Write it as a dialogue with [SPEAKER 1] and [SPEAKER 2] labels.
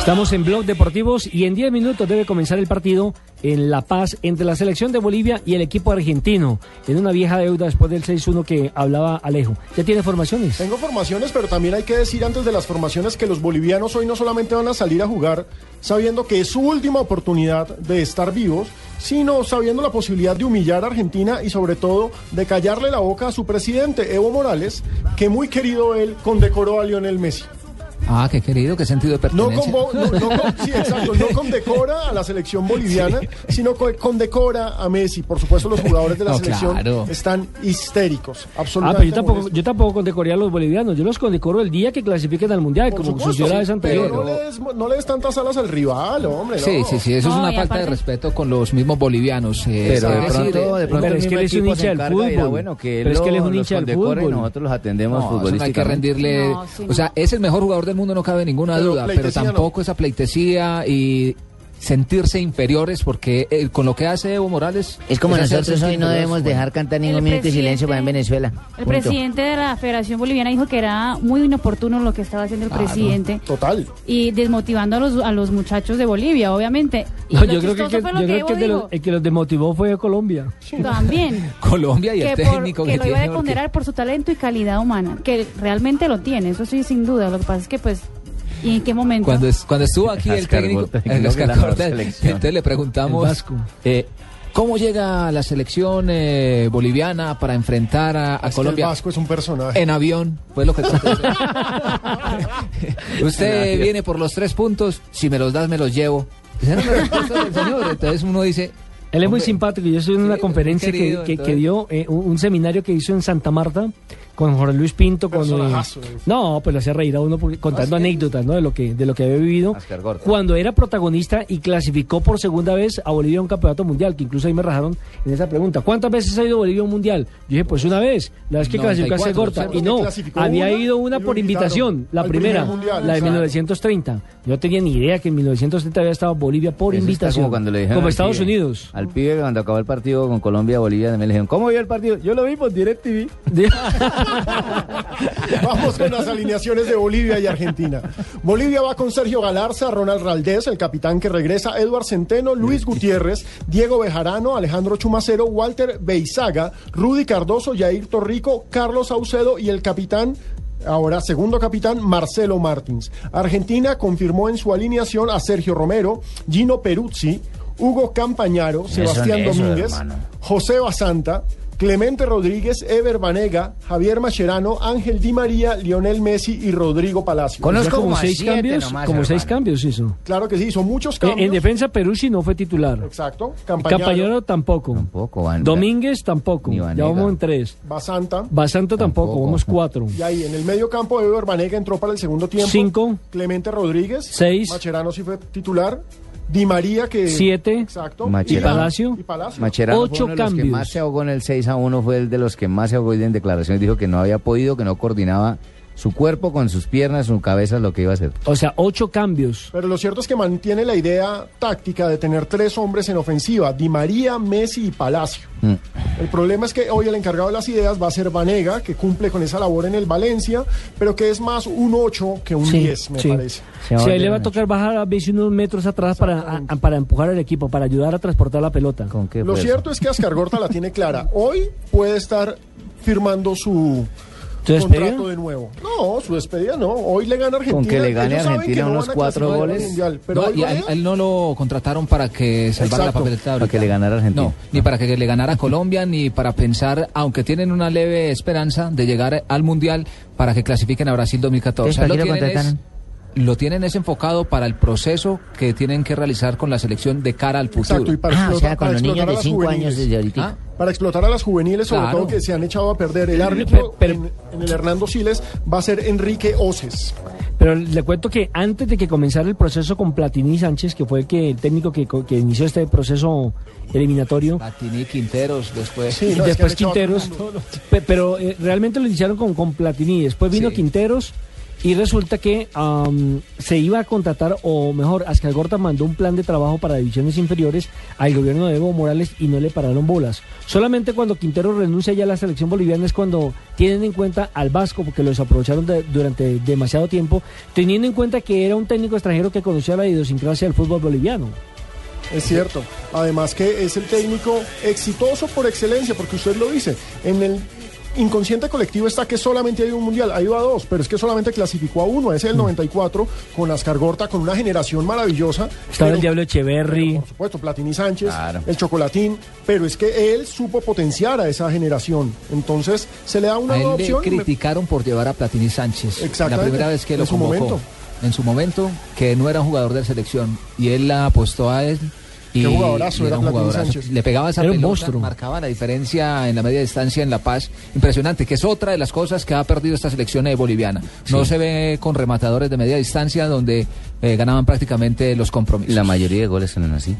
[SPEAKER 1] Estamos en Blog Deportivos y en 10 minutos debe comenzar el partido en La Paz entre la selección de Bolivia y el equipo argentino, en una vieja deuda después del 6-1 que hablaba Alejo. ¿Ya tiene formaciones?
[SPEAKER 2] Pues Tengo formaciones, pero también hay que decir antes de las formaciones que los bolivianos hoy no solamente van a salir a jugar sabiendo que es su última oportunidad de estar vivos, sino sabiendo la posibilidad de humillar a Argentina y sobre todo de callarle la boca a su presidente, Evo Morales, que muy querido él condecoró a Lionel Messi.
[SPEAKER 3] Ah, qué querido, qué sentido de pertenencia.
[SPEAKER 2] No, con, no, no con, sí, exacto, no condecora a la selección boliviana, sí. sino que condecora a Messi. Por supuesto, los jugadores de la no, selección claro. están histéricos, absolutamente.
[SPEAKER 1] Ah, pero yo tampoco, yo tampoco condecoré a los bolivianos, yo los condecoro el día que clasifiquen al Mundial,
[SPEAKER 2] Por
[SPEAKER 1] como
[SPEAKER 2] supuesto, sucedió sí, la Pero no les, no les tantas alas al rival, hombre.
[SPEAKER 3] Sí, sí, sí, eso es una falta aparte... de respeto con los mismos bolivianos. Eh, pero de pronto, de pronto
[SPEAKER 1] pero es que él es un hincha del fútbol. Dirá,
[SPEAKER 4] bueno, que pero lo, es que él es un hincha del fútbol. Y nosotros los atendemos futbolísticamente.
[SPEAKER 3] hay que rendirle... o sea, es el mejor jugador del mundo, no cabe ninguna pero duda, pero tampoco no. esa pleitesía y sentirse inferiores porque eh, con lo que hace Evo Morales
[SPEAKER 5] es como es nosotros hoy no debemos bueno. dejar cantar ningún minuto de silencio para en Venezuela.
[SPEAKER 6] El Punto. presidente de la Federación Boliviana dijo que era muy inoportuno lo que estaba haciendo el claro, presidente.
[SPEAKER 2] Total.
[SPEAKER 6] Y desmotivando a los a los muchachos de Bolivia, obviamente. Y no,
[SPEAKER 1] yo creo que, que, yo creo que de los, el que los desmotivó fue Colombia.
[SPEAKER 6] También.
[SPEAKER 3] Colombia y el
[SPEAKER 6] que
[SPEAKER 3] técnico
[SPEAKER 6] por, que, lo iba a condenar porque... por su talento y calidad humana, que realmente lo tiene, eso sí sin duda. Lo que pasa es que pues ¿Y en qué momento?
[SPEAKER 3] Cuando, es, cuando estuvo aquí el técnico, el entonces le preguntamos, eh, ¿cómo llega la selección eh, boliviana para enfrentar a, a Colombia?
[SPEAKER 2] el Vasco es un personaje.
[SPEAKER 3] En avión, pues lo que Usted viene por los tres puntos, si me los das me los llevo. Esa era la respuesta del señor, entonces uno dice...
[SPEAKER 4] "Pues
[SPEAKER 1] Él es muy simpático. Yo estuve en una sí, conferencia querido, que, que, que, dio, eh, un, un seminario que hizo en Santa Marta con Jorge Luis Pinto. Con, eh, no, pues lo hacía reír a uno porque, contando
[SPEAKER 4] Ah,
[SPEAKER 1] Así anécdotas ¿no? de, lo que, de lo que había vivido. Cuando era protagonista y clasificó por segunda vez a Bolivia a un campeonato mundial, que incluso ahí me rajaron en esa pregunta. ¿Cuántas veces ha ido Bolivia a un mundial? Yo dije, pues una vez. La vez que clasificó a Gorta. Y no, había una, ido una por invitación, la primera, mundial, la de 1930. Yo no tenía ni idea que en 1930 había estado Bolivia por Eso invitación.
[SPEAKER 4] Como, cuando le dijeron
[SPEAKER 1] como Estados
[SPEAKER 4] pibe,
[SPEAKER 1] Unidos.
[SPEAKER 4] Al pibe cuando acabó el partido con Colombia, Bolivia, también le dijeron, ¿cómo vio el partido? Yo lo vi por DirecTV.
[SPEAKER 2] Vamos con las alineaciones de Bolivia y Argentina. Bolivia va con Sergio Galarza, Ronald Raldés, el capitán que regresa, Eduard Centeno, Luis Gutiérrez, Diego Bejarano, Alejandro Chumacero, Walter Beizaga, Rudy Cardoso, Yair Torrico, Carlos Saucedo y el capitán Ahora, segundo capitán, Marcelo Martins. Argentina confirmó en su alineación a Sergio Romero, Gino Peruzzi, Hugo Campañaro, Sebastián eso, Domínguez, eso, José Basanta, Clemente Rodríguez, Ever Banega, Javier Macherano, Ángel Di María, Lionel Messi y Rodrigo Palacio.
[SPEAKER 1] Conozco como, como seis cambios, nomás, como hermano. seis cambios hizo.
[SPEAKER 2] Claro que sí, hizo muchos cambios.
[SPEAKER 1] Eh, en defensa Peruzzi no fue titular.
[SPEAKER 2] Exacto.
[SPEAKER 1] Campañero, tampoco.
[SPEAKER 4] Tampoco.
[SPEAKER 1] Van, Domínguez tampoco. Ya vamos en tres.
[SPEAKER 2] Basanta.
[SPEAKER 1] Basanta tampoco, tampoco, vamos cuatro.
[SPEAKER 2] Y ahí en el medio campo Ever Banega entró para el segundo tiempo.
[SPEAKER 1] Cinco.
[SPEAKER 2] Clemente Rodríguez.
[SPEAKER 1] Seis.
[SPEAKER 2] Macherano sí fue titular. Di María que...
[SPEAKER 1] Siete.
[SPEAKER 2] Exacto.
[SPEAKER 1] Macherano. Y Palacio.
[SPEAKER 2] Y Palacio.
[SPEAKER 4] Macherano
[SPEAKER 1] Ocho
[SPEAKER 4] fue uno de
[SPEAKER 1] cambios.
[SPEAKER 4] los que más se ahogó en el 6 a 1, fue el de los que más se ahogó y en declaraciones dijo que no había podido, que no coordinaba su cuerpo con sus piernas, su cabeza, lo que iba a hacer.
[SPEAKER 1] O sea, ocho cambios.
[SPEAKER 2] Pero lo cierto es que mantiene la idea táctica de tener tres hombres en ofensiva, Di María, Messi y Palacio. Mm. El problema es que hoy el encargado de las ideas va a ser Vanega, que cumple con esa labor en el Valencia, pero que es más un 8 que un
[SPEAKER 1] sí,
[SPEAKER 2] 10, me
[SPEAKER 1] sí.
[SPEAKER 2] parece.
[SPEAKER 1] Sí, o sea, ahí le va a tocar bajar a 21 metros atrás para, a, para empujar al equipo, para ayudar a transportar la pelota.
[SPEAKER 4] ¿Con qué
[SPEAKER 2] lo cierto es que Ascar Gorta la tiene clara. Hoy puede estar firmando su contrato de nuevo. No, su despedida no. Hoy le gana Argentina.
[SPEAKER 4] Con que le gane Argentina
[SPEAKER 2] no
[SPEAKER 4] unos cuatro goles.
[SPEAKER 2] Mundial,
[SPEAKER 3] pero no, y a él, él, no lo contrataron para que salvara Exacto. la papeleta.
[SPEAKER 4] Ahorita. Para que le ganara Argentina.
[SPEAKER 3] No, ni para que le ganara Colombia, ni para pensar, aunque tienen una leve esperanza de llegar al Mundial, para que clasifiquen a Brasil 2014.
[SPEAKER 5] ¿Para qué lo contrataron?
[SPEAKER 3] lo tienen es enfocado para el proceso que tienen que realizar con la selección de cara al futuro.
[SPEAKER 2] Exacto, y para,
[SPEAKER 5] ah, o sea, con
[SPEAKER 2] para
[SPEAKER 5] los niños de 5 años desde
[SPEAKER 2] ahorita. ¿Ah? Para explotar a las juveniles, sobre claro. todo que se han echado a perder. El árbitro pero, en, en, el Hernando Siles va a ser Enrique Oces.
[SPEAKER 1] Pero le cuento que antes de que comenzara el proceso con Platini Sánchez, que fue el, que, el técnico que, que inició este proceso eliminatorio.
[SPEAKER 3] Platini Quinteros después.
[SPEAKER 1] Sí, no, después es que Quinteros. Pero eh, realmente lo iniciaron con, con Platini. Después vino sí. Quinteros Y resulta que am, se iba a contratar, o mejor, Ascargorta mandó un plan de trabajo para divisiones inferiores al gobierno de Evo Morales y no le pararon bolas. Solamente cuando Quintero renuncia ya a la selección boliviana es cuando tienen en cuenta al Vasco, porque los aprovecharon de- durante demasiado tiempo, teniendo en cuenta que era un técnico extranjero que conocía la idiosincrasia del fútbol boliviano.
[SPEAKER 2] Es cierto. Además que es el técnico exitoso por excelencia, porque usted lo dice. En el inconsciente colectivo está que solamente hay un mundial, ha ido a dos, pero es que solamente clasificó a uno. Ese es el
[SPEAKER 5] Mm.
[SPEAKER 2] 94 con Ascar Gorta, con una generación maravillosa.
[SPEAKER 1] Estaba
[SPEAKER 2] pero-
[SPEAKER 1] el Diablo Echeverry.
[SPEAKER 2] Por supuesto, Platini Sánchez,
[SPEAKER 4] Claro.
[SPEAKER 2] el Chocolatín, pero es que él supo potenciar a esa generación. Entonces se le da una
[SPEAKER 3] a él
[SPEAKER 2] nueva opción.
[SPEAKER 3] le
[SPEAKER 2] y me-
[SPEAKER 3] criticaron por llevar a Platini Sánchez. La
[SPEAKER 2] Exactamente,
[SPEAKER 3] primera vez que
[SPEAKER 2] en
[SPEAKER 3] lo
[SPEAKER 2] su
[SPEAKER 3] convocó.
[SPEAKER 2] momento.
[SPEAKER 3] En su momento, que no era un jugador de selección. Y él la apostó a él. Y,
[SPEAKER 2] Qué jugadorazo
[SPEAKER 3] y
[SPEAKER 2] era Platini Sánchez.
[SPEAKER 3] Le pegaba esa
[SPEAKER 1] Era un
[SPEAKER 3] pelota,
[SPEAKER 1] monstruo.
[SPEAKER 3] marcaba la diferencia en la media distancia en La Paz. Impresionante, que es otra de las cosas que ha perdido esta selección eh, boliviana. No se ve con rematadores de media distancia donde eh, ganaban prácticamente los compromisos.
[SPEAKER 4] La mayoría de goles son así.